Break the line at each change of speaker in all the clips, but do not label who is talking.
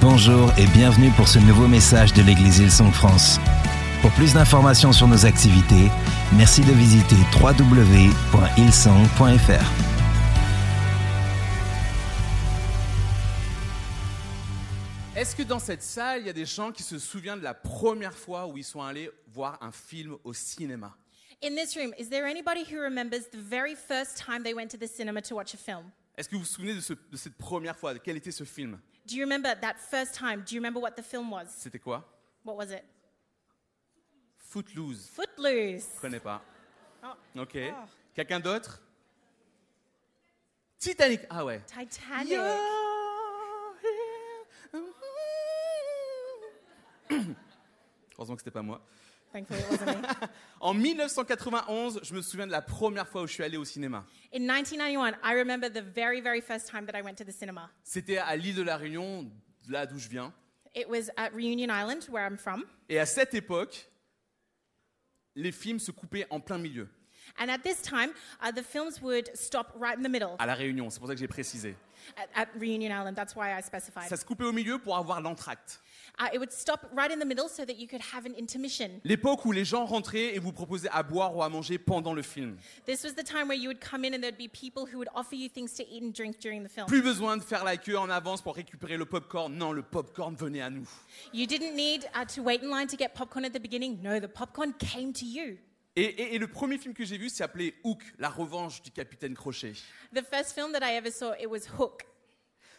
Bonjour et bienvenue pour ce nouveau message de l'Église Hillsong France. Pour plus d'informations sur nos activités, merci de visiter www.hillsong.fr.
Est-ce que dans cette salle, il y a des gens qui se souviennent de la première fois où ils sont allés voir un film au cinéma
In this room, is there anybody who remembers the very first time they went to the cinema to watch a film?
Est-ce que vous vous souvenez de, ce- de cette première fois De quel était ce film
Do you remember that first time? Do you remember what the film was?
C'était quoi
What was it?
Footloose.
Footloose.
Je connais pas.
Oh,
Ok.
Ah.
Quelqu'un d'autre Titanic. Ah ouais.
Titanic.
You're here. Heureusement que c'était pas moi.
Thankfully, it wasn't me.
En 1991, je me souviens de la première fois où je suis allé au cinéma.
In 1991, I remember the very, very first time that I went to the cinema.
C'était à l'île de la Réunion, là d'où je viens.
It was at Reunion Island, where I'm from.
Et à cette époque, les films se coupaient en plein milieu,
And at this time, uh, the films would stop right in the middle
à la Réunion, c'est pour ça que j'ai précisé.
at, at Reunion Island. That's why I specified.
Ça se coupait au milieu pour avoir l'entracte.
Uh, it would stop right in the middle so that you could have an intermission.
L'époque où les gens rentraient et vous proposaient à boire ou à manger pendant le film.
This was the time where you would come in and there'd be people who would offer you things to eat and drink during the film.
Plus besoin de faire la queue en avance pour récupérer le popcorn. Non, le popcorn venait à nous.
You didn't need uh, to wait in line to get popcorn at the beginning. No, the popcorn came to you.
Et, et- et le premier film que j'ai vu s'appelait Hook, la revanche du capitaine Crochet.
The first film that I ever saw, it was Hook.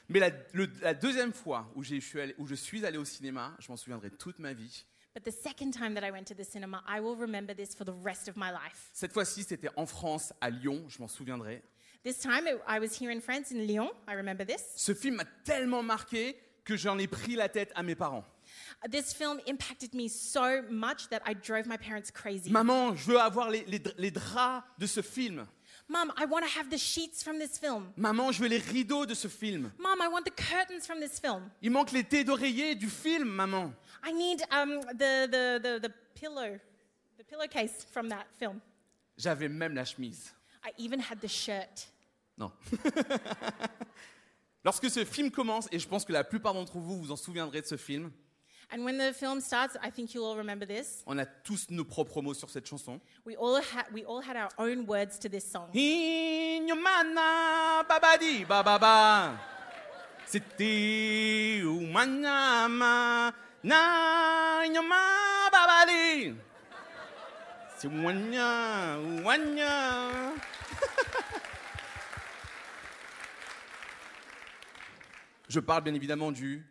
Mais la, le- la deuxième fois où, j'ai- je suis allé- où je suis allé au cinéma, je m'en souviendrai toute ma vie.
But the second time that I went to the cinema, I will remember this for the rest of my life.
Cette fois-ci, c'était en France, à Lyon, je m'en souviendrai.
This time, it, I was here in France, in Lyon. I remember this.
Ce film m'a tellement marqué que j'en ai pris la tête à mes parents.
This film impacted me so much that I drove my parents crazy.
Maman, je veux avoir les, les dra- les draps de ce film.
Mom, I want to have the sheets from this film.
Maman, je veux les rideaux de ce film.
Mom, I want the curtains from this film.
Il manque les thés d'oreiller du film, maman.
I need um, the, the, the, the pillow, the pillowcase from that film.
J'avais même la chemise.
I even had the shirt.
Non. Lorsque ce film commence, et je pense que la plupart d'entre vous vous en souviendrez de ce film,
And when the film starts, I think you'll all remember this.
on a tous nos propres mots sur cette chanson.
We all, ha- we all had our own words to this song.
Inyumana babadi bababa. C'était umanyama na inyuma babadi. C'est wanya wanya. Je parle bien évidemment du.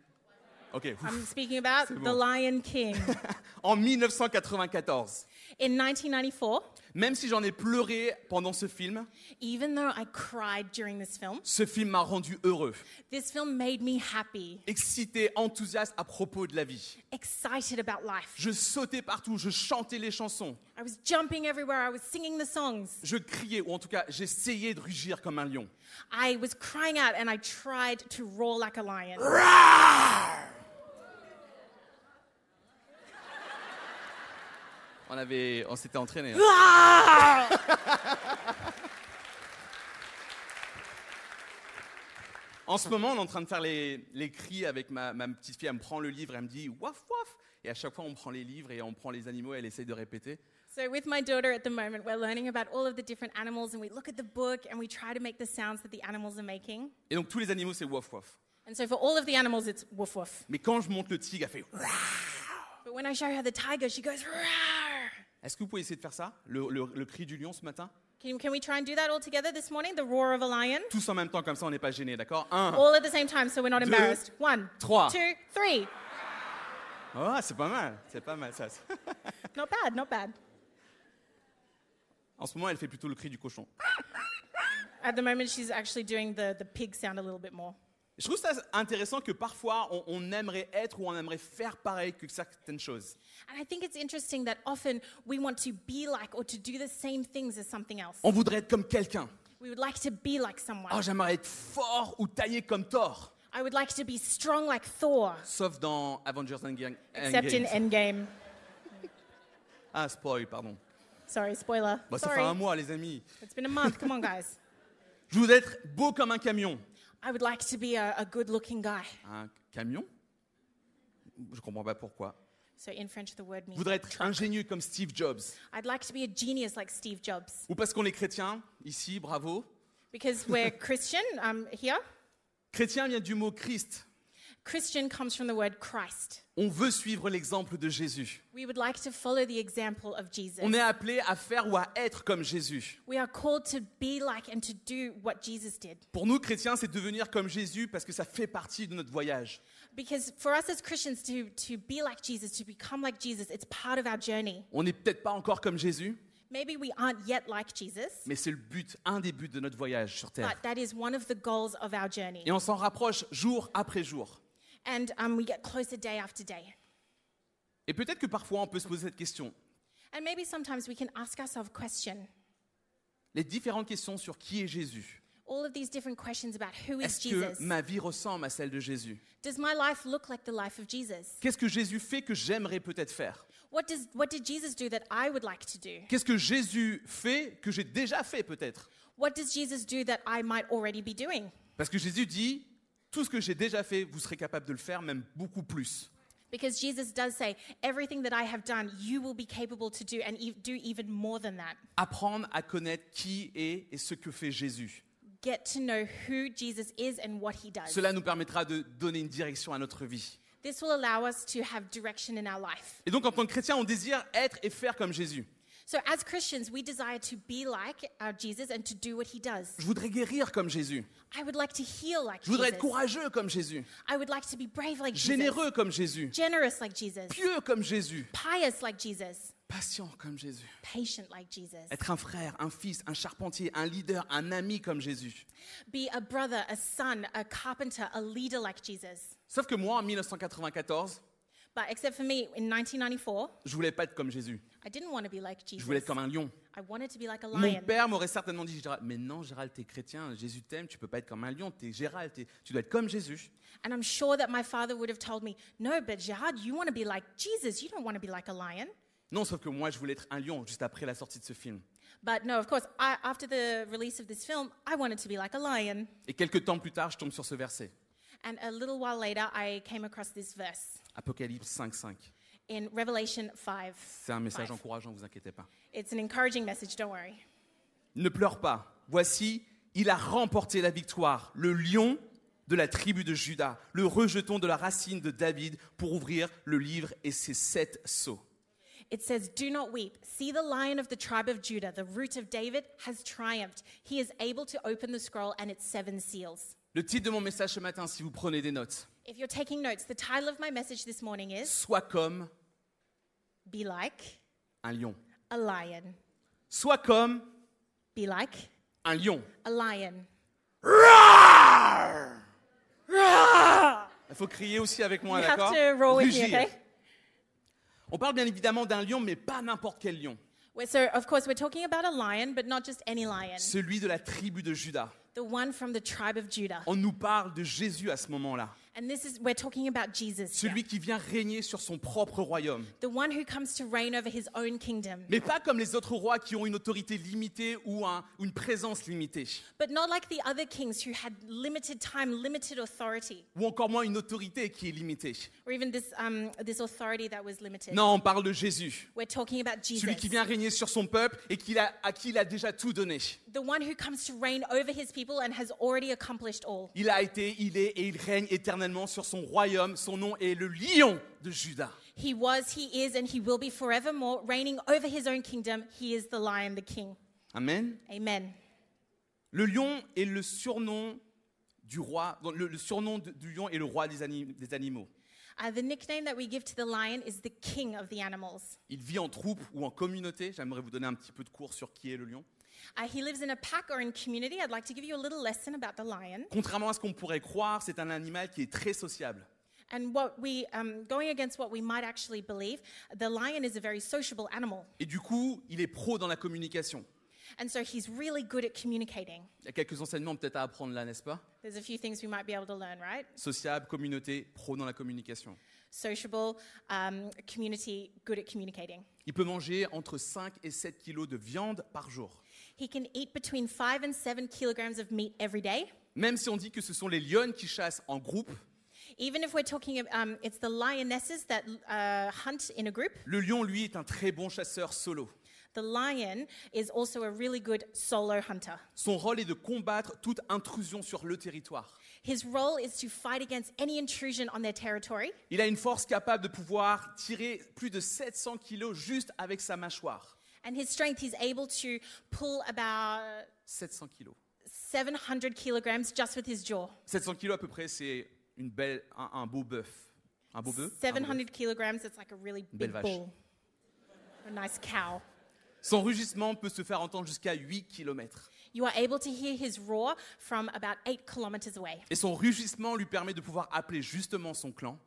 Ok. ouf.
I'm speaking about
C'est
The
bon.
Lion King.
En 1994.
In 1994,
Même si j'en ai pleuré pendant ce film,
even though I cried during this film,
ce film m'a rendu heureux.
this film made me happy,
excité, enthousiaste à propos de la vie.
excited about life.
Je sautais partout, je chantais les chansons,
I was jumping everywhere, I was singing the songs.
je criais, ou en tout cas j'essayais de rugir comme un lion.
I was crying out and I tried to roar like a lion.
On, avait, on s'était entraîné. hein. en ce moment, on est en train de faire les, les cris avec ma, ma petite fille. Elle me prend le livre, elle me dit waf waf. Et à chaque fois, on prend les livres et on prend les animaux et elle essaye de répéter.
So, with my daughter at the moment, we're learning about all of the different animals, and we look at the book and we try to make the sounds that the animals are making.
Et donc, tous les animaux, c'est waf waf.
And so, for all of the animals, it's woof woof.
Mais quand je monte le tigre, elle fait
But when I show her the tiger, she goes, Rawr!
Est-ce que vous pouvez essayer de faire ça le, le- le cri du lion ce matin
Can, can we try and do that all together this morning? The roar of a lion?
Tous en même temps, comme ça on n'est pas gêné, d'accord Un.
All at the same time, so we're not
Deux,
embarrassed. One,
trois.
two, three.
Ah, c'est pas mal, c'est pas mal ça.
Not bad, not bad.
En ce moment, elle fait plutôt le cri du cochon.
At the moment, she's actually doing the, the pig sound a little bit more.
Je trouve ça intéressant que parfois on, on aimerait être ou on aimerait faire pareil que certaines choses.
And I think it's interesting that often we want to be like or to do the same things as something else.
On voudrait être comme quelqu'un.
We would like to be like someone.
Oh, j'aimerais être fort ou taillé comme Thor.
I would like to be strong like Thor,
Sauf dans Avengers Endgame.
except in
Endgame.
Endgame.
Ah, spoil, pardon.
Sorry, spoiler.
Bah, ça fait un
Sorry.
mois, les amis.
It's been a month. Come on, guys.
Je voudrais être beau comme un camion.
I would like to be a, a good looking guy.
Un camion je comprends pas pourquoi.
So in French, the word
Je
means
voudrais être ingénieux comme Steve Jobs.
I'd like to be a genius like Steve Jobs.
Ou parce qu'on est chrétien, ici, bravo.
Because we're Christian um, here.
Chrétien vient du mot Christ.
Christian comes from the word Christ.
On veut suivre l'exemple de Jésus.
We would like to follow the example of Jesus.
On est appelé à faire ou à être comme Jésus.
We are called to be like and to do what Jesus did.
Pour nous, chrétiens, c'est devenir comme Jésus parce que ça fait partie de notre voyage.
Because for us as Christians to, to be like Jesus, to become like Jesus, it's part of our journey.
On n'est peut-être pas encore comme Jésus,
Maybe we aren't yet like Jesus,
mais c'est le but, un des buts de notre voyage sur Terre.
but that is one of the goals of our journey.
Et on s'en rapproche jour après jour.
And um, we get closer day after day.
Et peut-être que parfois on peut se poser cette question,
And maybe sometimes we can ask ourselves a question.
les différentes questions sur qui est Jésus.
All of these different questions about who is
Est-ce que
Jesus?
ma vie ressemble à celle de Jésus
Does my life look like the life of Jesus?
Qu'est-ce que Jésus fait que j'aimerais peut-être faire
What, does, what did Jesus do that I would like to do?
Qu'est-ce que Jésus fait que j'ai déjà fait peut-être
What does Jesus do that I might already be doing?
Parce que Jésus dit, tout ce que j'ai déjà fait, vous serez capable de le faire, même beaucoup plus.
Because Jesus does say, everything that I have done, you will be capable to do and e- do even more than that.
Apprendre à connaître qui est et ce que fait Jésus.
Get to know who Jesus is and what he does.
Cela nous permettra de donner une direction à notre vie.
This will allow us to have direction in our life.
Et donc en tant que chrétien, on désire être et faire comme Jésus.
So, as Christians, we desire to be like our Jesus and to do what he does.
Je voudrais guérir comme Jésus.
I would like to heal like
Je voudrais
Jesus.
être courageux comme Jésus.
I would like to be brave like Jesus.
Généreux comme Jésus.
Generous like Jesus.
Pieux comme Jésus.
Pious like Jesus.
Patient comme Jésus.
Patient like Jesus.
Être un frère, un fils, un charpentier, un leader, un ami comme Jésus.
Be a brother, a son, a carpenter, a leader like Jesus.
Sauf que moi, en 1994,
But except for me, in 1994,
je voulais pas être comme Jésus.
I didn't want to be like
Je
Jesus.
voulais être comme un lion.
I wanted to be like a
Mon
lion.
père m'aurait certainement dit, Gérald, mais non, Gérald, t'es chrétien, Jésus t'aime, tu peux pas être comme un lion, t'es Gérald, t'es- tu dois être comme Jésus.
And I'm sure that my father would have told me, No, but Gerard, you want to be like Jesus. You don't want to be like a lion.
Non, sauf que moi, je voulais être un lion juste après la sortie de ce film.
But no, of course, I, after the release of this film, I wanted to be like a lion.
Et quelques temps plus tard, je tombe sur ce verset,
And a little while later, I came across this verse
Apocalypse 5.5.
in Revelation 5.
C'est un message
Five.
encourageant, vous inquiétez pas.
It's an encouraging message, don't worry.
Ne pleure pas. Voici, il a remporté la victoire, le lion de la tribu de Judas, le rejeton de la racine de David pour ouvrir le livre et ses sept sceaux.
It says, Do not weep. See, the lion of the tribe of Judah, the root of David, has triumphed. He is able to open the scroll and its seven seals.
Le titre de mon message ce matin, si vous prenez des notes,
If you're taking notes, the title of my message this morning is
sois comme
Be Like
un lion.
a Lion.
Sois comme
Be Like
un lion.
a Lion.
Il faut crier aussi avec moi,
You have
d'accord
to roll with me,
Rugir.
okay?
On parle bien évidemment d'un lion, mais pas n'importe quel lion.
Well, So, of course, we're talking about a lion, but not just any lion,
Celui de la tribu de Judas.
the one from the tribe of Judah.
On nous parle de Jésus à ce moment-là.
And this is, we're talking about Jesus, here,
Celui qui vient régner sur son propre royaume.
the one who comes to reign over his own kingdom.
Mais pas comme les autres rois qui ont une autorité limitée ou, un- ou une présence limitée.
But not like the other kings who had limited time, limited authority,
Ou encore moins une autorité qui est limitée.
or even this, um, this authority that was limited.
Non, on parle de Jésus.
We're talking about Jesus,
Celui qui vient régner sur son peuple et qu'il a- à qui il a déjà tout donné.
the one who comes to reign over his people and has already accomplished all.
Il a été, il est et il règne éternellement sur son royaume. Son nom est le lion de Judas.
He was, he is, and he will be forevermore, reigning over his own kingdom. He is the lion, the king.
Amen.
Amen.
Le lion est le surnom du roi. donc Le, le surnom de- du lion est le roi des, ani- des animaux.
Uh, the nickname that we give to the lion is the king of the animals.
Il vit en troupe ou en communauté. J'aimerais vous donner un petit peu de cours sur qui est le lion.
Uh, he lives in a pack or in community. I'd like to give you a little lesson about the lion.
Contrairement à ce qu'on pourrait croire, c'est un animal qui est très sociable.
And what we, um, going against what we might actually believe, the lion is a very sociable animal.
Et du coup, il est pro dans la communication.
And so he's really good at communicating.
Il y a quelques enseignements peut-être à apprendre là, n'est-ce pas
There's a few things we might be able to learn, right?
Sociable, communauté, pro dans la communication.
Sociable, um, community, good at communicating.
Il peut manger entre 5 et 7 kilos de viande par jour.
He can eat between five and seven kilograms of meat every day.
Même si on dit que ce sont les lionnes qui chassent en groupe,
Even if we're talking, um, it's the lionesses that uh, hunt in a group.
Le lion, lui, est un très bon chasseur solo.
The lion is also a really good solo hunter.
Son rôle est de combattre toute intrusion sur le territoire.
His role is to fight against any intrusion on their territory.
Il a une force capable de pouvoir tirer plus de 700 kilos juste avec sa mâchoire.
And his strength, he's able to pull about
700 kilos.
700 kilograms just with his jaw.
700 kilos à peu près, c'est une belle, un, un beau bœuf. Un beau bœuf. Un beau bœuf.
700 kilograms, it's like a really
belle
big
vache.
bull. A nice cow.
Son rugissement peut se faire entendre jusqu'à 8 km.
You are able to hear his roar from about eight kilometers away.
Et son rugissement lui permet de pouvoir appeler justement son clan,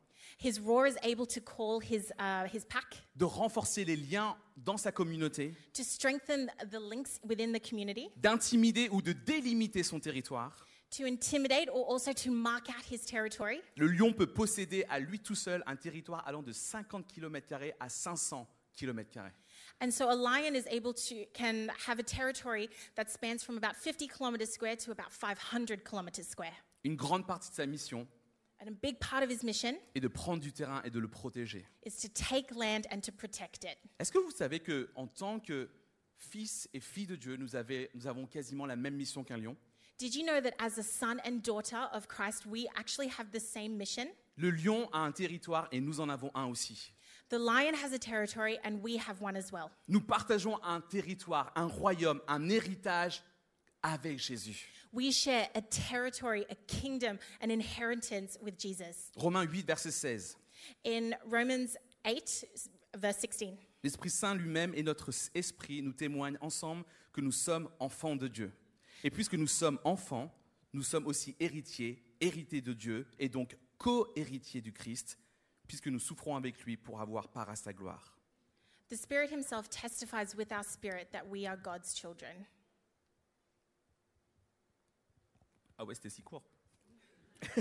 His roar is able to call his, uh, his pack,
de renforcer les liens dans sa communauté,
to strengthen the links within the community,
d'intimider ou de délimiter son territoire.
to intimidate or also to mark out his territory.
Le lion peut posséder à lui tout seul un territoire allant de 50 km à 500 km.
And so a lion is able to can have a territory that spans from about 50 kilometers square to about 500 kilometers square.
Une grande partie de sa mission
And a big part of his mission
est de prendre du terrain et de le protéger.
is to take land and to protect it.
Est-ce que vous savez que en tant que fils et fille de Dieu, nous, avez- nous avons quasiment la même mission qu'un lion
Did you know that as a son and daughter of Christ, we actually have the same mission?
Le lion a un territoire et nous en avons un aussi.
The lion has a territory and we have one as well.
Nous partageons un territoire, un royaume, un héritage avec Jésus.
We share a territory, a kingdom, an inheritance with Jesus.
Romains 8, verset 16.
In Romans 8, verse 16,
L'Esprit Saint lui-même et notre esprit nous témoignent ensemble que nous sommes enfants de Dieu. Et puisque nous sommes enfants, nous sommes aussi héritiers, hérités de Dieu et donc co-héritiers du Christ, puisque nous souffrons avec lui pour avoir part à sa gloire.
the Spirit Himself testifies with our spirit that we are God's children.
Ah ouais, c'était si court.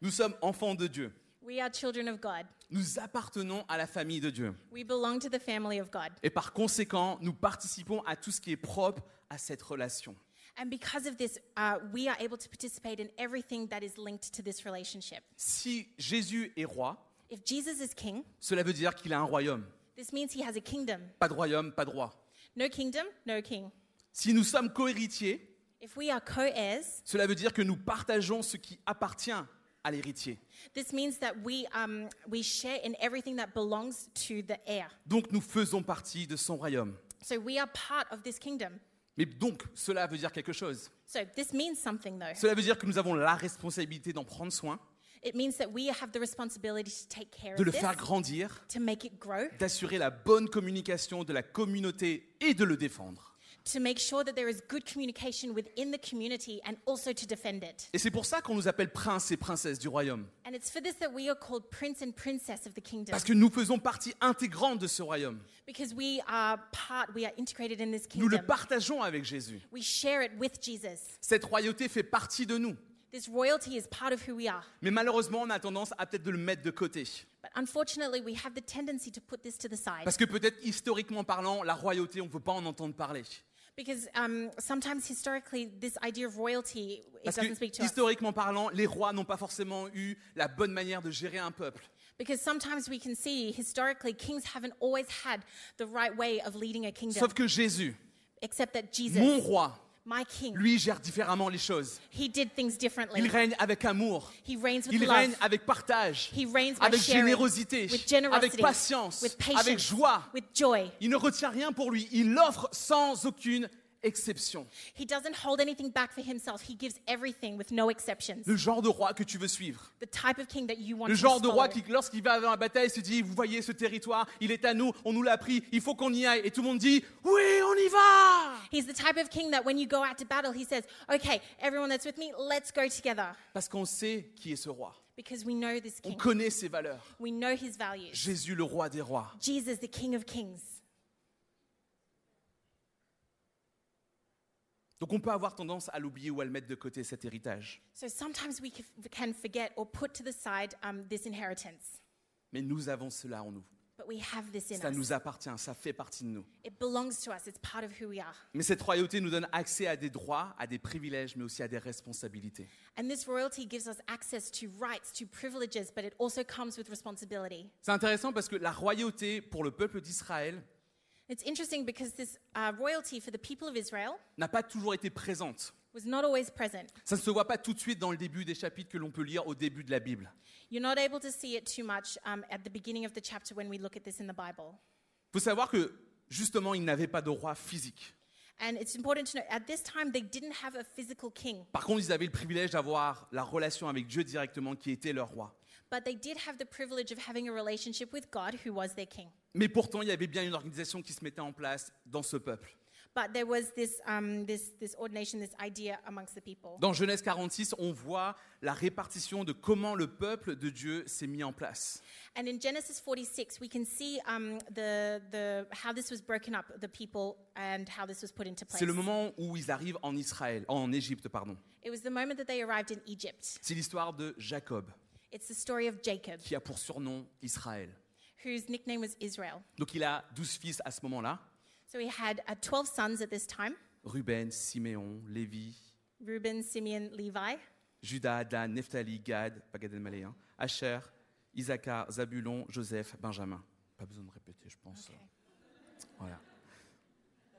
nous sommes enfants de Dieu.
We are children of God.
Nous appartenons à la famille de Dieu.
We belong to the family of God.
Et par conséquent, nous participons à tout ce qui est propre à cette relation.
And because of this, uh, we are able to participate in everything that is linked to this relationship.
Si Jésus est roi,
If Jesus is king,
cela veut dire qu'il a un royaume.
this means He has a kingdom.
Pas de royaume, pas de roi.
No kingdom, no king.
Si nous sommes co-héritiers,
If we are co heirs,
cela veut dire que nous partageons ce qui appartient à l'héritier.
This means that we, um, we share in everything that belongs to the heir.
Donc nous faisons partie de son royaume.
So we are part of this kingdom.
Mais donc, cela veut dire quelque chose.
So this means something, though.
Cela veut dire que nous avons la responsabilité d'en prendre soin,
It means that we have the responsibility to take care
de
of
le
this,
faire grandir,
to make it grow,
d'assurer la bonne communication de la communauté et de le défendre.
to make sure that there is good communication within the community, and also to defend it.
Et c'est pour ça qu'on nous appelle princes et princesses du royaume.
And it's for this that we are called prince and princess of the kingdom,
Parce que nous faisons partie intégrante de ce royaume.
because we are part, we are integrated in this
Nous
kingdom.
le partageons avec Jésus.
We share it with Jesus.
Cette royauté fait partie de nous.
This royalty is part of who we are.
Mais malheureusement, on a tendance à peut-être de le mettre de côté.
But unfortunately, we have the tendency to put this to the side.
Parce que peut-être historiquement parlant, la royauté, on ne peut pas en entendre parler.
Because um, sometimes historically, this idea of royalty it
Parce
doesn't
que
speak to us.
historiquement parlant, les rois n'ont pas forcément eu la bonne manière de gérer un peuple.
Because sometimes we can see historically, kings haven't always had the right way of leading a kingdom.
Sauf que Jésus,
except that Jesus,
mon roi,
my king,
lui gère différemment les choses.
he did things differently.
Il règne avec amour.
he reigns with
Il
love.
règne avec partage,
he reigns by
avec
sharing,
générosité,
with generosity,
avec patience,
with patience,
avec joie.
with joy.
Il ne retient rien pour lui, il l'offre sans aucune exception.
He doesn't hold anything back for himself. He gives everything with no exceptions.
Le genre de roi que tu veux suivre.
the type of king that you want
Le
to
genre de
follow.
roi qui, lorsqu'il va avant la bataille, se dit, vous voyez ce territoire, il est à nous, on nous l'a pris, il faut qu'on y aille. Et tout le monde dit, oui, on y va
He's the type of king that when you go out to battle, he says, "Okay, everyone that's with me, let's go together."
Parce qu'on sait qui est ce roi.
Because we know this
On
king.
connaît ses valeurs.
We know his values.
Jésus, le roi des rois.
Jesus, the King of Kings.
Donc on peut avoir tendance à l'oublier ou à le mettre de côté, cet héritage.
So sometimes we c- can forget or put to the side um, this inheritance,
Mais nous avons cela en nous.
But we have this in
Ça
us.
nous appartient, ça fait partie de nous.
It belongs to us. It's part of who we are.
Mais cette royauté nous donne accès à des droits, à des privilèges, mais aussi à des responsabilités.
And this royalty gives us access to rights, to privileges, but it also comes with responsibility.
C'est intéressant parce que la royauté pour le peuple d'Israël
It's interesting because this uh, royalty for the people of Israel
n'a pas toujours été présente.
was not always present.
Ça ne se voit pas tout de suite dans le début des chapitres que l'on peut lire au début de la Bible.
You're not able to see it too much um, at the beginning of the chapter when we look at this in the Bible.
Il faut savoir que justement, ils n'avaient pas de roi physique.
And it's important to know at this time they didn't have a physical king,
Par contre, ils avaient le privilège d'avoir la relation avec Dieu directement qui était leur roi.
but they did have the privilege of having a relationship with God who was their king.
Mais pourtant, il y avait bien une organisation qui se mettait en place dans ce peuple.
But there was this, um, this, this ordination, this idea amongst the people.
Dans Genèse 46, on voit la répartition de comment le peuple de Dieu s'est mis en place.
And in Genesis 46, we can see um, the, the, how this was broken up, the people, and how this was put into place.
C'est le moment où ils arrivent en Israël, en Égypte, pardon.
It was the moment that they arrived in Egypt.
C'est l'histoire de Jacob,
It's the story of Jacob,
qui a pour surnom Israël.
whose nickname was Israel.
Donc il a douze fils à ce moment-là
So he had uh, 12 sons at this time
Ruben, Siméon, Lévi,
Reuben, Simeon, Levi,
Judas, Dan, Nephtali, Gad, pas Gad Elmaleh, hein, Asher, Issachar, Zabulon, Joseph, Benjamin. Pas besoin de répéter, je pense. Voilà.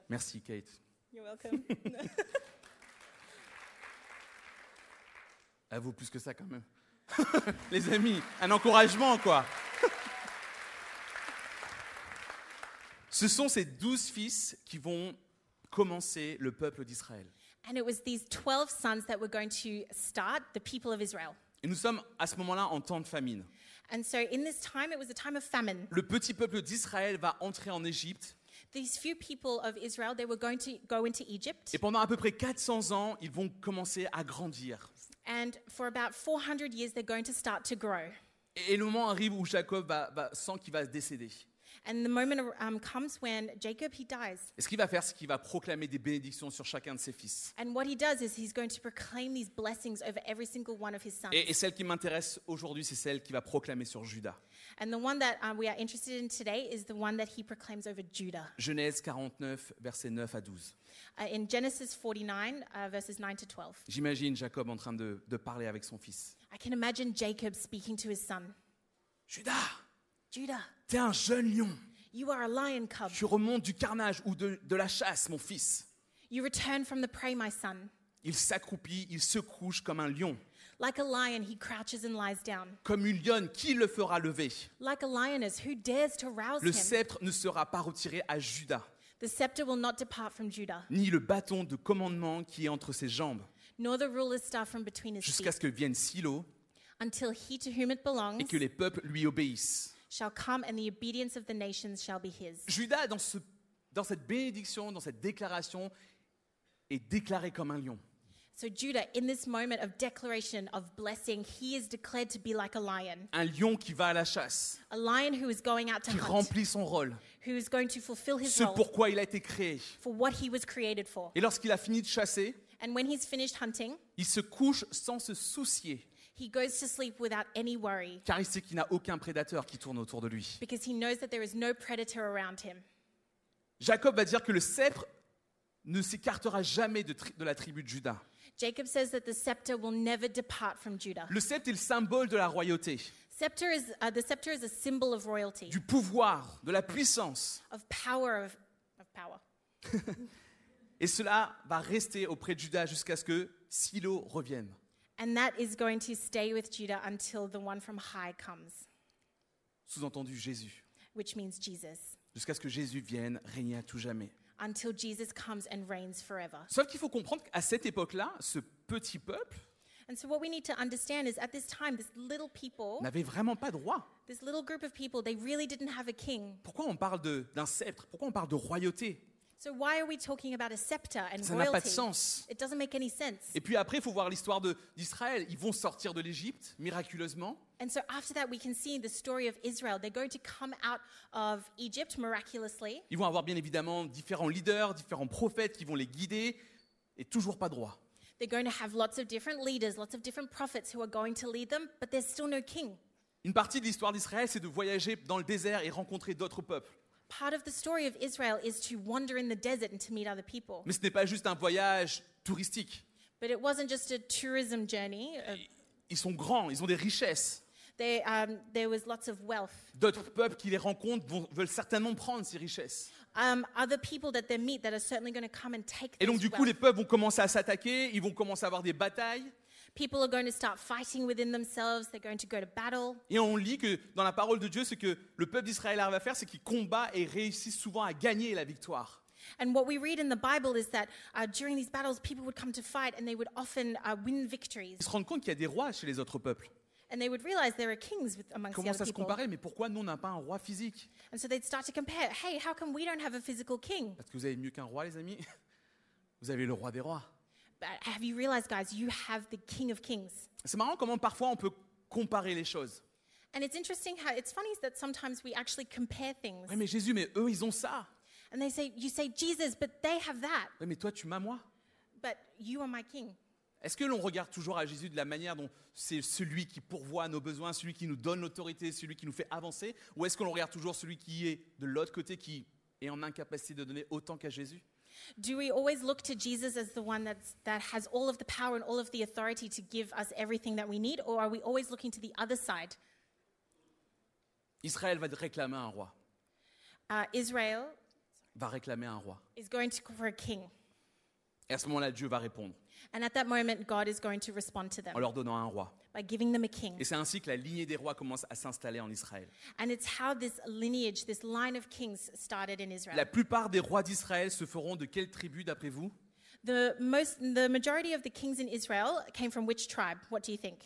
Merci, Kate.
You're welcome.
Elle vaut plus que ça quand même. Les amis, un encouragement quoi. Ce sont ces douze fils qui vont commencer le peuple d'Israël.
and it was these 12 sons that were going to start the people of Israel.
Et nous sommes à ce moment-là en temps de famine.
And so in this time, it was a time of famine.
Le petit peuple d'Israël va entrer en Égypte
These few people of Israel, they were going to go into Egypt.
et pendant à peu près 400 ans, ils vont commencer à grandir.
And for about 400 years, they're going to start to grow.
Et le moment arrive où Jacob va, va- sent qu'il va décéder.
And the moment um, comes when Jacob, he dies.
Et ce qu'il va faire, c'est qu'il va proclamer des bénédictions sur chacun de ses fils.
And what he does is he's going to proclaim these blessings over every single one of his sons.
Et, et celle qui m'intéresse aujourd'hui, c'est celle qui va proclamer sur Judas.
and the one that uh, we are interested in today is the one that he proclaims over Judah.
Genèse 49, versets 9 à 12.
Uh, in Genesis 49, uh, verses 9 to 12,
J'imagine Jacob en train de, de parler avec son fils.
I can imagine Jacob speaking to his son
Judas,
Judah,
t'es un jeune lion.
you are a lion cub.
Tu remontes du carnage ou de, de la chasse, mon fils.
You return from the prey, my son.
Il s'accroupit, il se couche comme un lion,
Like a lion, he crouches and lies down.
comme une lionne. Qui le fera lever
Like a lioness, who dares to rouse
Le
him?
sceptre ne sera pas retiré à Judas,
the scepter will not depart from Judah,
ni le bâton de commandement qui est entre ses jambes,
nor the ruler's staff from between his
jusqu'à
feet,
ce que vienne Silo
until he to whom it belongs
et que les peuples lui obéissent.
shall come, and the obedience of the nations shall be his.
Judas, dans, ce- dans cette bénédiction, dans cette déclaration, est déclaré comme un lion.
So, Judah, in this moment of declaration of blessing, he is declared to be like a lion,
un lion qui va à la chasse,
a lion who is going out to
qui
hunt,
remplit son rôle,
who is going to fulfill his
ce
role
pourquoi il a été créé.
for what he was created for.
Et lorsqu'il a fini de chasser,
And when he's finished hunting,
il se couche sans se soucier,
he goes to sleep without any worry
car il sait qu'il n'a aucun prédateur qui tourne autour de lui.
because he knows that there is no predator around him.
Jacob va dire que le sceptre ne s'écartera jamais de, tri- de la tribu de Judas.
Jacob says that the scepter will never depart from Judah.
Le sceptre est le symbole de la royauté,
Scepter is, uh, the scepter is a symbol of royalty,
du pouvoir, de la puissance.
of power, of, of power.
Et cela va rester auprès de Judas jusqu'à ce que Silo revienne.
And that is going to stay with Judah until the one from high comes,
Sous-entendu Jésus.
which means Jesus,
Jusqu'à ce que Jésus vienne régner à tout jamais.
until Jesus comes and reigns forever.
Sauf qu'il faut comprendre qu'à cette époque-là, ce petit peuple
And so, what we need to understand is at this time, this little people,
n'avait vraiment pas droit.
this little group of people, they really didn't have a king.
Pourquoi on parle de- d'un sceptre Pourquoi on parle de royauté
So, why are we talking about a scepter and
Ça n'a pas de
royalty?
sens.
It doesn't make any sense.
Et puis après, il faut voir l'histoire de- d'Israël. Ils vont sortir de l'Égypte miraculeusement.
And so after that, we can see the story of Israel. They're going to come out of Egypt miraculously.
Ils vont avoir bien évidemment différents leaders, différents prophètes qui vont les guider, et toujours pas droit.
They're going to have lots of different leaders, lots of different prophets who are going to lead them, but there's still no king.
Une partie de l'histoire d'Israël, c'est de voyager dans le désert et rencontrer d'autres peuples.
Part of the story of Israel is to wander in the desert and to meet other people.
Mais ce n'est pas juste un voyage touristique.
But it wasn't just a tourism journey. of-
Ils sont grands, ils ont des richesses.
They, um, there was lots of wealth.
D'autres peuples qui les rencontrent vont- veulent certainement prendre ces richesses.
Um, other people that they meet that are certainly going to come and take
Et
this
donc du coup,
wealth.
les peuples vont commencer à s'attaquer, ils vont commencer à avoir des batailles.
People are going to start fighting within themselves. They're going to go to battle.
Et on lit que dans la parole de Dieu, ce que le peuple d'Israël arrive à faire, c'est qu'il combat et réussit souvent à gagner la victoire.
And what we read in the Bible is that uh, during these battles, people would come to fight and they would often uh, win victories.
Ils se rendent compte qu'il y a des rois chez les autres peuples.
And they would realize there are kings with, amongst the
Comment
other
ça se
people.
comparer Mais pourquoi nous, on n'a pas un roi physique
And so they'd start to compare hey, how come we don't have a physical king?
Parce que vous avez mieux qu'un roi, les amis. Vous avez le roi des rois.
But have you realized, guys, you have the king of kings?
C'est marrant comment parfois on peut comparer les choses.
And it's interesting how it's funny that sometimes we actually compare things.
Ouais, mais Jésus, mais eux, ils ont ça.
And they say, you say Jesus, but they have that,
Ouais, mais toi, tu m'as moi.
but you are my king.
Est-ce que l'on regarde toujours à Jésus de la manière dont c'est celui qui pourvoit à nos besoins, celui qui nous donne l'autorité, celui qui nous fait avancer Ou est-ce que l'on regarde toujours celui qui est de l'autre côté, qui est en incapacité de donner autant qu'à Jésus
Do we always look to Jesus as the one that's, that has all of the power and all of the authority to give us everything that we need, or are we always looking to the other side?
Israël va réclamer un roi,
Uh, Israel
va réclamer un roi.
is going to call for a king.
Et à ce moment-là, Dieu va répondre
And at that moment, God is going to respond to them
en leur donnant un roi.
by giving them a
Et
king.
c'est ainsi que la lignée des rois commence à s'installer en Israël.
And it's how this lineage, this line of kings started in Israel.
La plupart des rois d'Israël se feront de quelle tribu d'après vous
The, most, the majority of the kings in Israel came from which tribe? What do you think?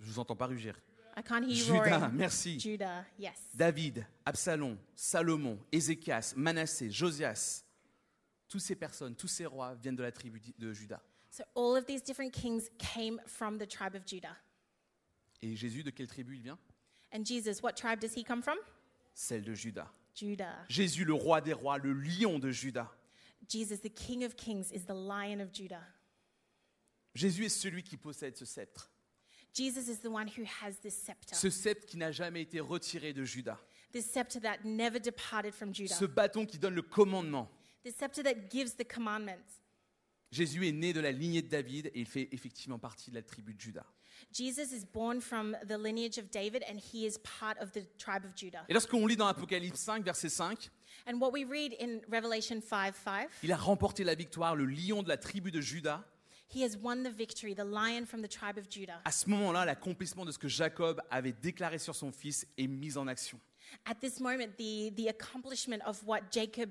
Je vous entends pas rugir.
I can't hear you
Judas,
roaring.
merci.
Judah, yes.
David, Absalom, Salomon, Ézéchias, Manassé, Josias, toutes ces personnes, tous ces rois viennent de la tribu d'I- de Juda.
So all of these different kings came from the tribe of Judah.
Et Jésus, de quelle tribu il vient
And Jesus, what tribe does he come from?
Celle de Juda.
Judah.
Jésus, le roi des rois, le lion de Juda.
Jesus, the King of Kings, is the Lion of Judah.
Jésus est celui qui possède ce sceptre.
Jesus is the one who has this scepter,
Ce sceptre qui n'a jamais été retiré de Juda.
this scepter that never departed from Judah,
Ce bâton qui donne le commandement.
this scepter that gives the commandments.
Jésus est né de la lignée de David et il fait effectivement partie de la tribu de Juda.
Jesus is born from the lineage of David and he is part of the tribe of Judah.
Et lorsqu'on lit dans Apocalypse 5, verset 5,
And what we read in Revelation 5 5,
il a remporté la victoire, le lion de la tribu de Juda.
he has won the victory, the lion from the tribe of Judah.
À ce moment-là, l'accomplissement de ce que Jacob avait déclaré sur son fils est mis en action.
At this moment, the, the accomplishment of what Jacob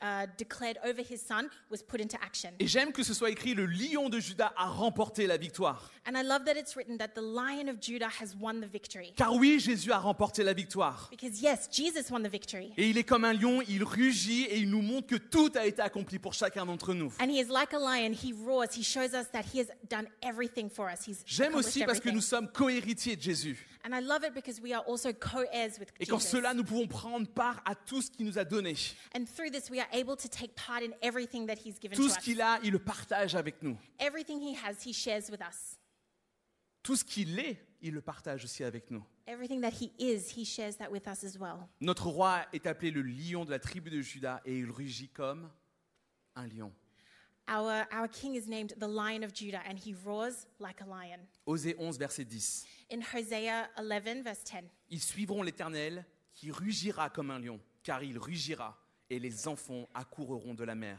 uh, declared over his son was put into action.
Et j'aime que ce soit écrit le lion de Juda a remporté la victoire.
And I love that it's written that the Lion of Judah has won the victory.
Car oui, Jésus a remporté la victoire.
Because yes, Jesus won the victory.
Et il est comme un lion, il rugit et il nous montre que tout a été accompli pour chacun d'entre nous.
And he is like a lion. He roars. He shows us that he has done everything for us. He's
J'aime
accomplished
aussi parce que
everything.
nous sommes co-héritiers de Jésus.
And I love it because we are also co-heirs with
Et qu'en
Jesus.
cela, nous pouvons prendre part à tout ce qu'il nous a donné.
And through this, we are able to take part in everything that he's given
Tout
to
ce
us.
qu'il a, il le partage avec nous.
Everything he has, he shares with us.
Tout ce qu'il est, il le partage aussi avec nous.
Everything that he is, he shares that with us as well.
Notre roi est appelé le lion de la tribu de Juda et il rugit comme un lion.
Our, our king is named the Lion of Judah, and he roars like a lion.
Osée 11, verset 10.
In Hosea 11, verse 10.
Ils suivront l'Éternel qui rugira comme un lion, car il rugira et les enfants accourront de la mer.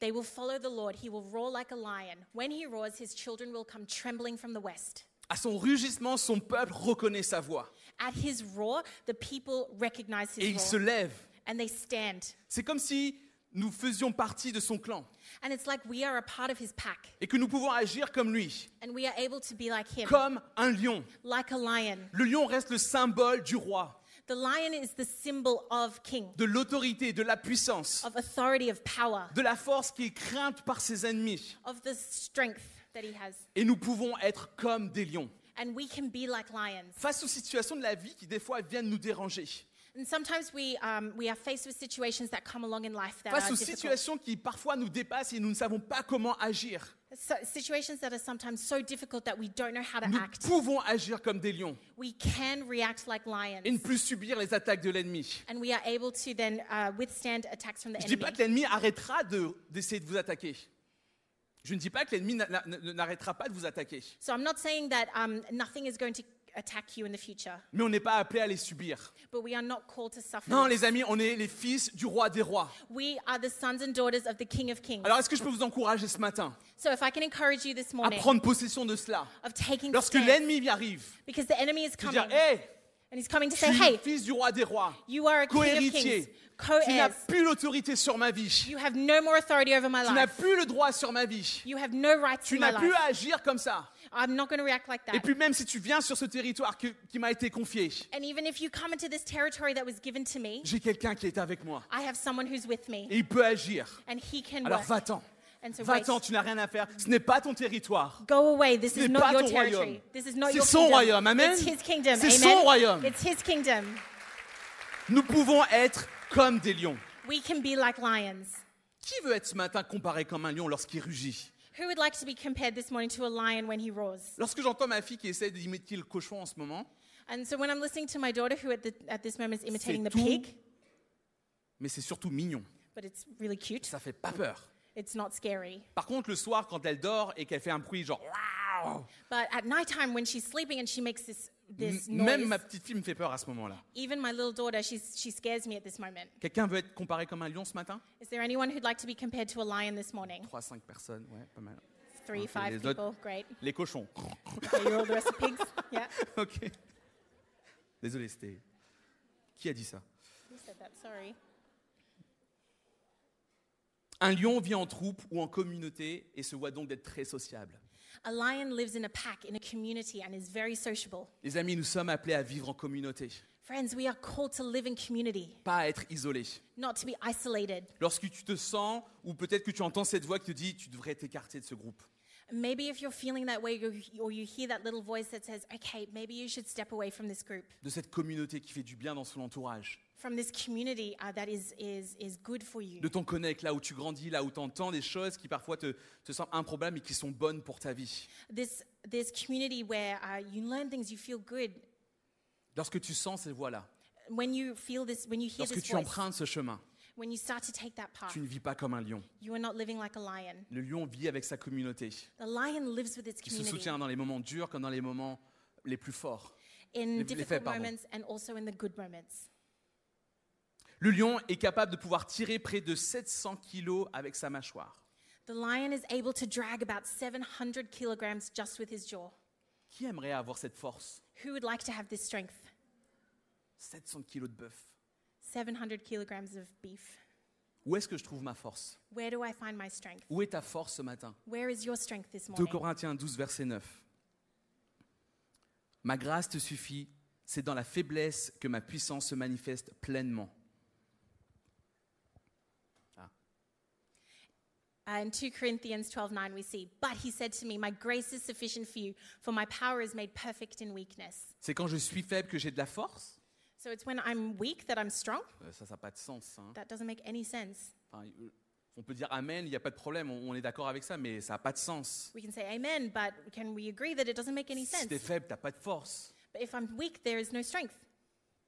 They will follow the Lord. He will roar like a lion. When he roars, his children will come trembling from the west.
À son rugissement, son peuple reconnaît sa voix
At his roar, the people recognize
et
his
il se
roar
lève.
and they stand.
C'est comme si nous faisions partie de son clan
And it's like we are a part of his pack
et que nous pouvons agir comme lui,
and we are able to be like him,
comme un lion.
like a lion.
Le lion reste le symbole du roi,
The lion is the symbol of king,
de l'autorité, de la puissance,
of authority, of power,
de la force qui est crainte par ses ennemis.
of the strength that he has.
Et nous pouvons être comme des lions
And we can be like lions.
face aux situations de la vie qui des fois viennent nous déranger,
And sometimes we, um, we are faced with situations that come along in life that
face
are
aux
difficult.
situations qui parfois nous dépassent et nous ne savons pas comment agir.
So, situations that are sometimes so difficult that we don't know how to
Nous
act.
pouvons agir comme des lions
We can react like lions.
et ne plus subir les attaques de l'ennemi.
and we are able to then uh, withstand attacks from the
Je ne dis pas
enemy.
que l'ennemi arrêtera de- d'essayer de, vous attaquer. Je ne dis pas que l'ennemi n'a- n'a- n'a- n'arrêtera pas de vous attaquer.
So I'm not saying that um, nothing is going to attack you in the future,
Mais on n'est pas appelé à les subir.
but we are not called to suffer.
Non,
this.
les amis, on est les fils du roi des rois.
We are the sons and daughters of the King of Kings.
Alors est-ce que je peux vous encourager ce matin
So if I can encourage you this
à
morning
prendre possession de cela
of taking
Lorsque
stands,
l'ennemi arrive,
because the enemy is
de
coming
dire Hé,
and he's coming to
tu
say,
es
"Hey,
fils du roi des rois,
you are a king of kings,
co-héritier, tu n'as
co-heirs.
plus l'autorité sur ma vie,
You have no more authority over my
tu n'as
life.
plus le droit sur ma vie,
You have no rights
tu
to my
n'as plus
life.
à agir comme ça.
I'm not going to react like
Et
that."
puis même si tu viens sur ce territoire que- qui m'a été confié,
And even if you come into this territory that was given to me,
j'ai quelqu'un qui est avec moi
I have someone who's with me,
et il peut agir.
and he can
Alors
work.
va-t'en,
And so wait.
va-t'en, tu n'as rien à faire, ce n'est pas ton territoire.
Go away. This
n'est
is
pas
not your
ton royaume.
territory. This is not
C'est
your
son
kingdom.
royaume. Amen.
It's his kingdom.
C'est son
Amen.
royaume.
It's his kingdom.
Nous pouvons être comme des lions.
We can be like lions.
Qui veut être ce matin comparé comme un lion lorsqu'il rugit
Who would like to be compared this morning to a lion when he roars?
Lorsque j'entends ma fille qui essaie d'imiter le cochon en ce moment,
And so when I'm listening to my daughter, who at, the, at this moment is imitating the
tout.
pig,
mais c'est surtout mignon.
but it's really cute,
Ça fait pas peur.
it's not scary.
Par contre, le soir, quand elle dort et qu'elle fait un bruit genre Waouh
But at nighttime, when she's sleeping and she makes this, this
même
noise,
ma petite fille me fait peur à ce moment-là.
even my little daughter, she's, she scares me at this moment.
Quelqu'un veut être comparé comme un lion ce matin
Is there anyone who'd like to be compared to a lion this morning?
3, 5 personnes, ouais, pas mal.
Three,
Okay,
five
there's not-
people. Great.
Les cochons.
Okay, you're all the rest of pigs. Yeah.
ok. Désolé, c'était. Qui a dit ça
Who said that? Sorry.
Un lion vit en troupe ou en communauté et se voit donc d'être très sociable.
A lion lives in a pack, in a community, and is very sociable.
Les amis, nous sommes appelés à vivre en communauté,
Friends, we are called to live in community,
pas à être isolés.
not to be isolated.
Lorsque tu te sens, ou peut-être que tu entends cette voix qui te dit, tu devrais t'écarter de ce groupe.
Maybe if you're feeling that way you- or you hear that little voice that says, okay, maybe you should step away from this group,
de cette communauté qui fait du bien dans son entourage,
from this community uh, that is, is, is good for you,
de ton connect, là où tu grandis, là où tu entends des choses qui parfois te, te semblent improbables mais qui sont bonnes pour ta vie.
this, this community where uh, you learn things, you feel good.
Lorsque tu sens ces voies-là,
When you feel this, when you hear
lorsque
this
tu
voice,
empruntes ce chemin,
when you start to take that path,
tu ne vis pas comme un lion.
you are not living like a lion.
Le lion vit avec sa communauté.
The lion lives with its
Il se
community
soutient dans les moments durs comme dans les moments les plus forts.
in
les faits,
difficult
pardon.
moments and also in the good moments.
Le lion est capable de pouvoir tirer près de 700 kilos avec sa mâchoire.
The lion is able to drag about 700 kilograms just with his jaw.
Qui aimerait avoir cette force
Who would like to have this strength?
700 kilos de bœuf.
700 kilograms of beef.
Où est-ce que je trouve ma force
Where do I find my strength?
Où est ta force ce matin
Where is your strength this
2
morning?
Corinthiens 12, verset 9. Ma grâce te suffit, c'est dans la faiblesse que ma puissance se manifeste pleinement.
Uh, in 2 Corinthians 12:9 we see, "But he said to me, my grace is sufficient for you, for my power is made perfect in weakness."
C'est quand je suis faible que j'ai de la force
So it's when I'm weak that I'm strong?
Euh, Ça, ça n'a pas de sens. hein.
That doesn't make any sense.
Enfin, euh, on peut dire Amen, il n'y a pas de problème, on on est d'accord avec ça, mais ça n'a pas de sens.
We can say amen, but can we agree that it doesn't make any
Si
sense?
t'es faible, t'as pas de force.
But if I'm weak, there is no strength.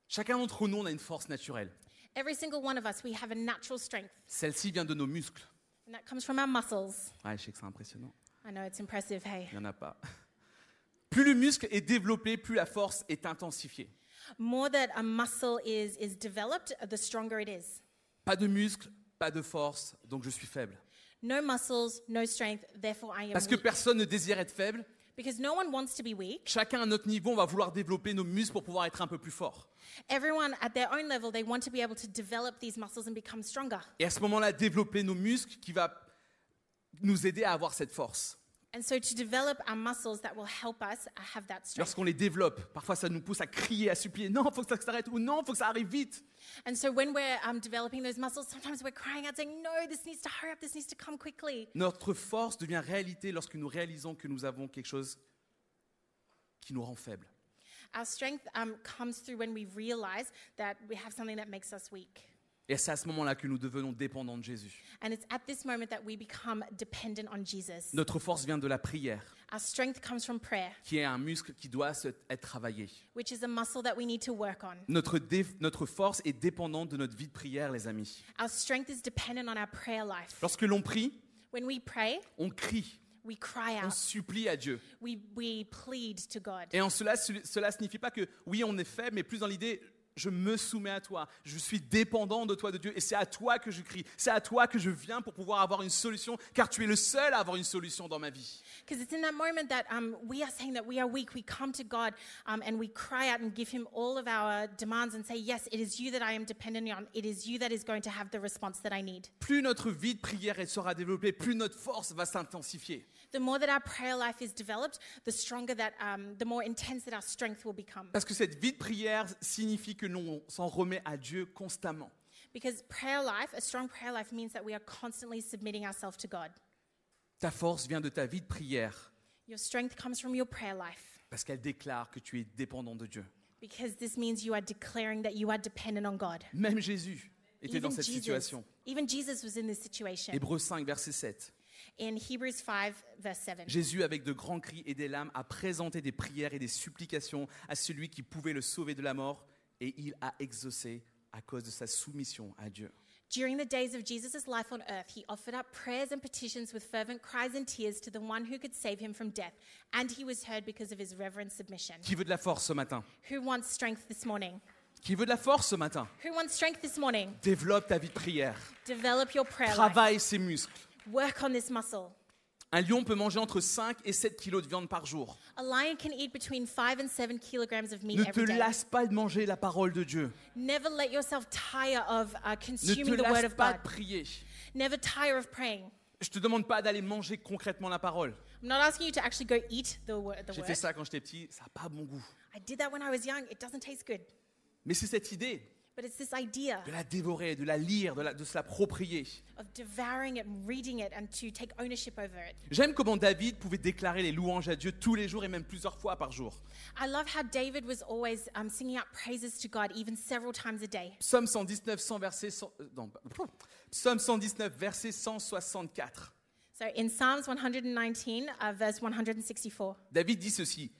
Chacun d'entre nous, on a une force naturelle.
Every single one of us, we have a natural strength,
Celle-ci vient de nos muscles.
and that comes from our muscles.
Ouais, je sais que c'est impressionnant.
I know it's impressive, hey.
Il n'y en a pas. Plus le muscle est développé, plus la force est intensifiée.
More that a muscle is is developed, the stronger it is.
Pas de muscle, pas de force, donc je suis faible.
No muscles, no strength, therefore I am
Parce que
weak.
personne ne désire être faible.
Because no one wants to be weak.
Chacun à notre niveau, on va vouloir développer nos muscles pour pouvoir être un peu plus fort.
Everyone at their own level, they want to be able to develop these muscles and become stronger.
Et à ce moment-là, développer nos muscles qui va nous aider à avoir cette force.
And so to develop our muscles that will help us have that strength.
Lorsqu'on les développe, parfois ça nous pousse à crier, à supplier, non, faut que ça s'arrête, ou non, faut que ça arrive vite.
And so when we're um, developing those muscles, sometimes we're crying out saying, no, this needs to hurry up, this needs to come quickly.
Notre force devient réalité lorsque nous réalisons que nous avons quelque chose qui nous rend faible.
Our strength um, comes through when we realize that we have something that makes us weak.
Et c'est à ce moment-là que nous devenons dépendants de Jésus.
And it's at this moment that we become dependent on Jesus.
Notre force vient de la prière,
Our strength comes from prayer,
qui est un muscle qui doit se- être travaillé.
which is a muscle that we need to work on.
Notre, dé- notre force est dépendante de notre vie de prière, les amis.
Our strength is dependent on our prayer life.
Lorsque l'on prie,
When we pray,
on crie,
we cry
on
out,
supplie à Dieu.
we, we plead to God.
Et en cela, ce- cela signifie pas que oui, on est faible, mais plus dans l'idée, je me soumets à toi, je suis dépendant de toi, de Dieu, et c'est à toi que je crie, c'est à toi que je viens pour pouvoir avoir une solution, car tu es le seul à avoir une solution dans ma vie.
Because it's in that moment that um, we are saying that we are weak. We come to God um, and we cry out and give Him all of our demands and say, Yes, it is you that I am dependent on. It is you that is going to have the response that I need.
Plus notre vie de prière elle sera développée, plus notre force va s'intensifier.
The more that our prayer life is developed, the stronger that, um, the more intense that our strength will become.
Parce que cette vie de prière signifie que l'on s'en remet à Dieu constamment.
Because prayer life, a strong prayer life, means that we are constantly submitting ourselves to God.
Ta force vient de ta vie de prière,
Your strength comes from your prayer life
parce qu'elle déclare que tu es dépendant de Dieu.
because this means you are declaring that you are dependent on God.
Même Jésus était dans cette
Jesus,
situation.
even Jesus was in this situation.
Hébreux 5, verset 7.
In Hebrews 5, verse 7.
Jésus, avec de grands cris et des lames, a présenté des prières et des supplications à celui qui pouvait le sauver de la mort, et il a exaucé à cause de sa soumission à Dieu.
During the days of Jesus' life on earth, he offered up prayers and petitions with fervent cries and tears to the one who could save him from death, and he was heard because of his reverent submission.
Qui veut de la force ce matin
Who wants strength this morning?
Qui veut de la force ce matin
Who wants strength this morning?
Développe ta vie de prière.
Develop your prayer life.
Travaille ses muscles.
Work on this muscle.
Un lion peut manger entre 5 et 7 kilos de viande par jour.
A lion can eat between 5 and 7 kilograms of meat
Ne te
every day.
lasse pas de manger la parole de Dieu.
Never let yourself tire of uh,
Ne te
consuming the word
lasse
of
pas
God.
de prier.
Never tire of praying.
Je te demande pas d'aller manger concrètement la parole.
I'm not asking you to actually go eat the, wor- the
J'ai fait
word.
ça quand j'étais petit, ça n'a pas bon goût.
I did that when I was young. It doesn't taste good.
Mais c'est cette idée
But it's this idea
de la dévorer, de la lire, de, la- de se l'approprier.
of devouring it and reading it and to take ownership over it.
J'aime comment David pouvait déclarer les louanges à Dieu tous les jours et même plusieurs fois par jour.
I love how David was always um, singing out praises to God, even several times a day.
Psaume 119, 100 versets, cent- euh, non, pff, Psaume 119, verset 164.
So in Psalms 119, uh, verse 164,
David dit ceci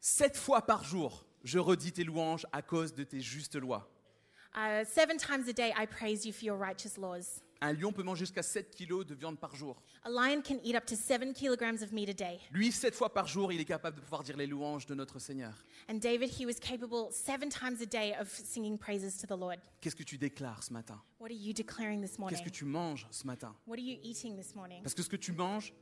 Sept fois par jour, je redis tes louanges à cause de tes justes lois.
uh, seven times a day I praise you for your righteous laws.
Un lion peut manger jusqu'à 7 kilos de viande par jour.
A lion can eat up to seven kilograms of meat a day.
Lui, sept fois par jour, il est capable de pouvoir dire les louanges de notre Seigneur.
And David, he was capable seven times a day of singing praises to the Lord.
Qu'est-ce que tu déclares ce matin
What are you declaring this morning?
Qu'est-ce que tu manges ce matin
What are you eating this morning?
Parce que ce que tu manges,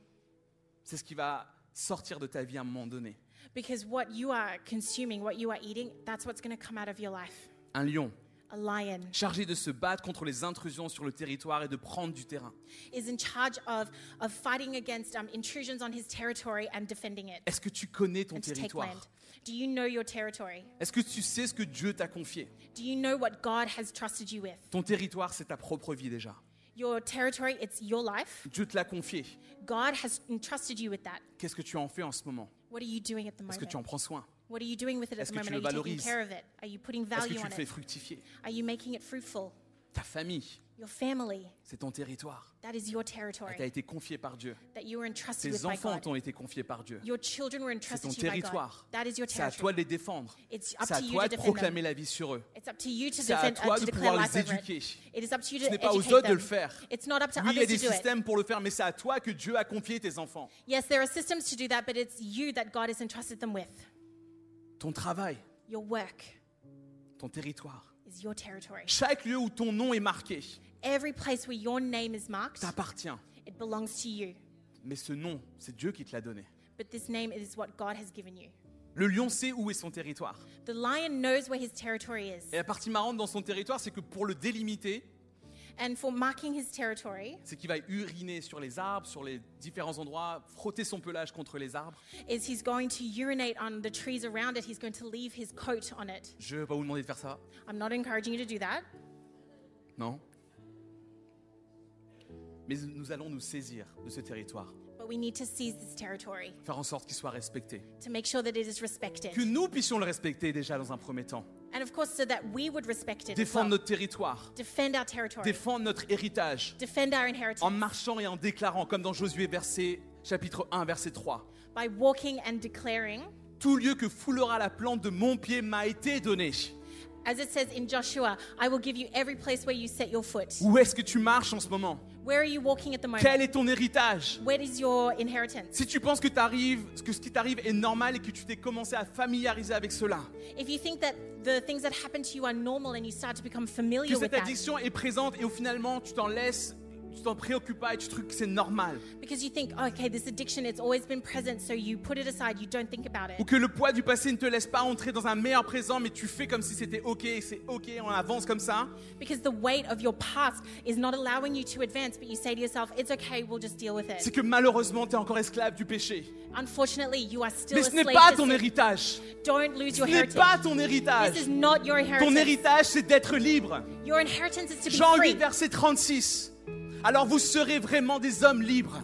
c'est ce qui va sortir de ta vie à un moment donné.
Because what you are consuming, what you are eating, that's what's going to come out of your life.
Un lion,
A lion
chargé de se battre contre les intrusions sur le territoire et de prendre du terrain.
is in charge of, of fighting against um, intrusions on his territory and defending it
Est-ce que tu connais ton
and to take land.
territoire
Do you know your territory?
Est-ce que tu sais ce que Dieu t'a confié
Do you know what God has trusted you with?
Ton territoire, c'est ta propre vie déjà.
Your territory, it's your life.
Dieu te l'a confié.
God has entrusted you with that.
Qu'est-ce que tu en fais en ce moment
What are you doing at the
Est-ce que
moment?
tu en prends soin
What are you doing with it at
Est-ce
the
que tu
moment? Are you
le
taking
valorises?
care of it? Are you putting
Est-ce que
value
tu
on
le fais
it?
fructifier
Are you making it fruitful?
Ta famille,
Your family,
c'est ton territoire.
that is your
Elle t'a
territory
été confiée par Dieu.
that you were entrusted with
Tes
by
enfants
God.
t'ont été confiés par Dieu.
Your children were
C'est ton
entrusted to you by God.
territoire.
That is your
C'est à toi
territory.
de les défendre.
It's up
C'est à
to you
toi
to
de
defend them.
proclamer la vie sur eux.
It's up to you to
C'est à
defend,
toi
uh, to
de
declare
pouvoir
life
les
over it.
éduquer.
It is up to you
Ce
to
n'est pas aux
educate
autres de
them.
le faire.
It's not up to
Oui, il y a
others
des
to do it.
systèmes pour le faire, mais c'est à toi que Dieu a confié tes enfants.
Yes, there are systems to do that, but it's you that God has entrusted them with.
Ton travail,
Your work
ton territoire.
is your territory.
Chaque lieu où ton nom est marqué
Every place where your name is marked,
t'appartient.
it belongs to you.
Mais ce nom, c'est Dieu qui te l'a donné.
But this name is what God has given you.
Le lion sait où est son territoire.
The lion knows where his territory is.
Et la partie marrante dans son territoire, c'est que pour le délimiter,
And for marking his territory
c'est qu'il va uriner sur les arbres, sur les différents endroits, frotter son pelage contre les arbres.
is he's going to urinate on the trees around it. He's going to leave his coat on it.
Je vais pas vous demander de faire ça.
I'm not encouraging you to do that.
Non. Mais nous allons nous saisir de ce territoire,
But we need to seize this territory
faire en sorte qu'il soit respecté.
to make sure that it is respected.
Que nous puissions le respecter déjà dans un premier temps.
And of course, so that we would respect it. as
défendre
well.
notre territoire,
Defend our territory.
défendre notre héritage,
Defend our inheritance.
en marchant et en déclarant, comme dans Josué verset, chapitre 1, verset 3.
by walking and declaring,
Tout lieu que foulera la plante de mon pied m'a été donné.
as it says in Joshua, I will give you every place where you set your foot.
Où est-ce que tu marches en ce moment
Where are you walking at the moment?
Quel est ton héritage
Where is your inheritance?
Si tu penses que, t'arrives- que ce qui t'arrive est normal et que tu t'es commencé à familiariser avec cela,
If you think that the things that happen to you are normal and you start to become familiar
que
with
cette
that,
addiction est présente et au finalement tu t'en laisses, tu t'en préoccupes pas et tu trouves que c'est normal,
because you think, oh, okay, this addiction, it's always been present, so you put it aside, you don't think about it.
ou que le poids du passé ne te laisse pas entrer dans un meilleur présent, mais tu fais comme si c'était ok et c'est ok, on avance comme ça,
Because the weight of your past is not allowing you to advance, but you say to yourself, it's okay, we'll just deal with
c'est
it.
que malheureusement tu es encore esclave du péché.
Unfortunately, you are still
Mais
a
ce n'est
slave
pas
to
ton
sin.
héritage.
Don't lose
Ce
your
n'est
heritage.
pas ton héritage.
This is not your
Ton
inheritance.
héritage, c'est d'être libre.
Your inheritance is to be
Jean 8,
free.
verset 36. Alors vous serez vraiment des hommes libres.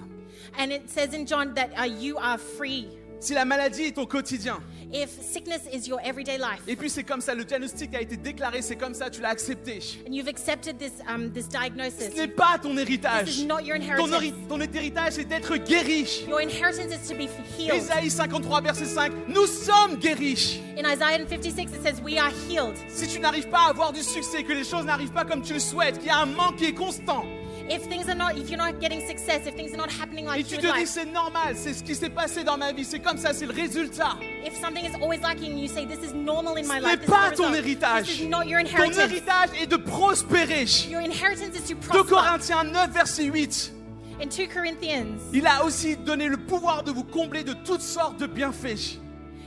And it says in John that uh, you are free.
Si la maladie est ton quotidien,
If sickness is your everyday life,
et puis c'est comme ça, le diagnostic a été déclaré, c'est comme ça, tu l'as accepté.
and you've accepted this um, this
Ce
diagnosis,
n'est pas ton
this
héritage.
is not your
Ton,
inheritance.
ori- ton héritage, c'est d'être guéri.
Your inheritance is to be healed.
Ésaïe 53, verset 5. Nous sommes guéris.
In Isaiah 56, it says we are healed.
Si tu n'arrives pas à avoir du succès, que les choses n'arrivent pas comme tu le souhaites, qu'il y a un manque qui est constant,
If things are not, if you're not getting success, if things are not happening
et
like
tu
you would
te dis
like,
c'est normal, c'est ce qui s'est passé dans ma vie, c'est comme ça, c'est le résultat.
if something is always lacking, you say this is normal in my
Ce
life.
n'est
this is the
pas ton
result. This
héritage.
is not your
Ton
inheritance.
héritage est de prospérer.
Your inheritance is to
2
prosper.
Corinthiens 9, verset 8.
In 2 Corinthians,
Il a aussi donné le pouvoir de vous combler de toutes sortes de bienfaits.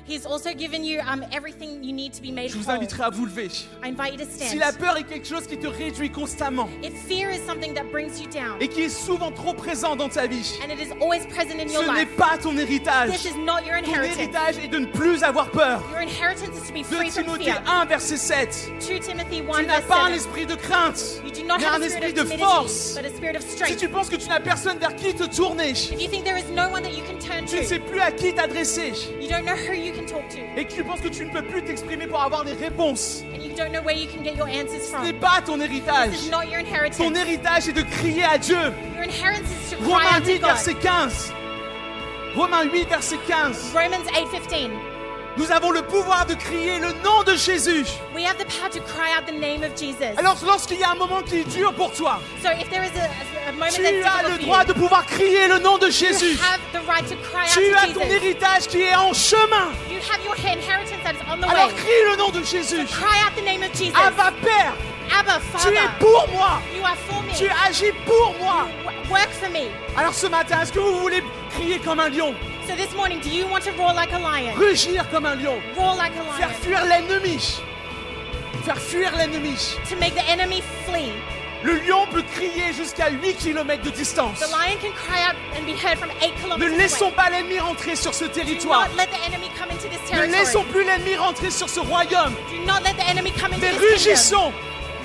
he's also given you um, everything you need to be made
Je vous
whole.
inviterai à vous lever.
I invite you to stand.
Si la peur est quelque chose qui te réduit constamment
If fear is something that brings you down
et qui est souvent trop présent dans ta vie,
and it is always present in your
ce n'est
life,
pas ton héritage.
this is not your
Ton
inheritance.
héritage est de ne plus avoir peur.
Your inheritance is to be free
2
from
Timothée
fear.
1, verset 7.
2 Timothy
Tu
1
n'as
verse
pas un
7.
esprit de crainte,
You do not
mais un
have a spirit
esprit
of
de
timidity,
force.
but a spirit of
Si
strength.
tu penses que tu n'as personne vers qui te tourner,
If you think there is no one that you can turn
tu ne sais
to,
plus à qui t'adresser,
you don't know who you can talk to,
et que tu penses que tu ne peux plus t'exprimer pour avoir des réponses,
and you don't know where you can get your answers
ce
from,
n'est pas ton
this is
héritage.
not your
Ton
inheritance.
héritage est de crier à Dieu.
Your inheritance is to cry
Romains
out to
8, verset
God.
15. Romains 8, verset 15.
Romans 8:15.
Nous avons le pouvoir de crier le nom de Jésus.
We have the power to cry out the name of Jesus.
Alors lorsqu'il y a un moment qui est dur pour toi,
So if there is a, a- a moment
tu as
that's difficult
le
for
droit
you,
de pouvoir crier le nom de
you
Jésus.
have the right to cry
Tu
out
as
to
ton
Jesus.
héritage qui est en chemin.
You have your inheritance that is on the
Alors
way.
crie le nom de Jésus.
Cry out the name of Jesus.
Abba Père,
Abba,
tu
Father,
es pour moi.
you are for me.
Tu agis pour moi.
W- Work for me.
Alors ce matin, est-ce que vous voulez crier comme un lion,
So this morning, do you want to roar like a lion?
rugir comme un lion,
Roar like a
faire
lion.
fuir l'ennemi, faire fuir l'ennemi
To make the enemy flee.
Le lion peut crier jusqu'à 8 km de distance.
The lion can cry out and be heard from eight
Ne
kilometers
laissons
away.
pas l'ennemi rentrer sur ce
Do
territoire.
not let the enemy come into this
Ne
territory.
laissons plus l'ennemi rentrer sur ce royaume.
Do not let the enemy come into
Mais
this kingdom.
rugissons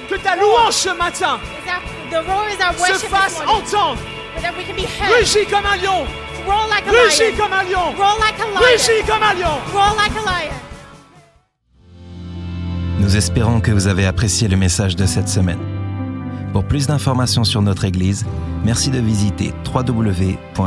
que ta louange ce matin
Is our- The roar is our
se
worship
fasse
this morning.
entendre.
But that we can be heard.
Rugis comme un lion.
Roar like a
Rugis
lion.
comme un lion.
Roar like a
Rugis
lion.
comme un lion.
Roar like a lion.
Nous espérons que vous avez apprécié le message de cette semaine. Pour plus d'informations sur notre Église, merci de visiter www.ilson.fr.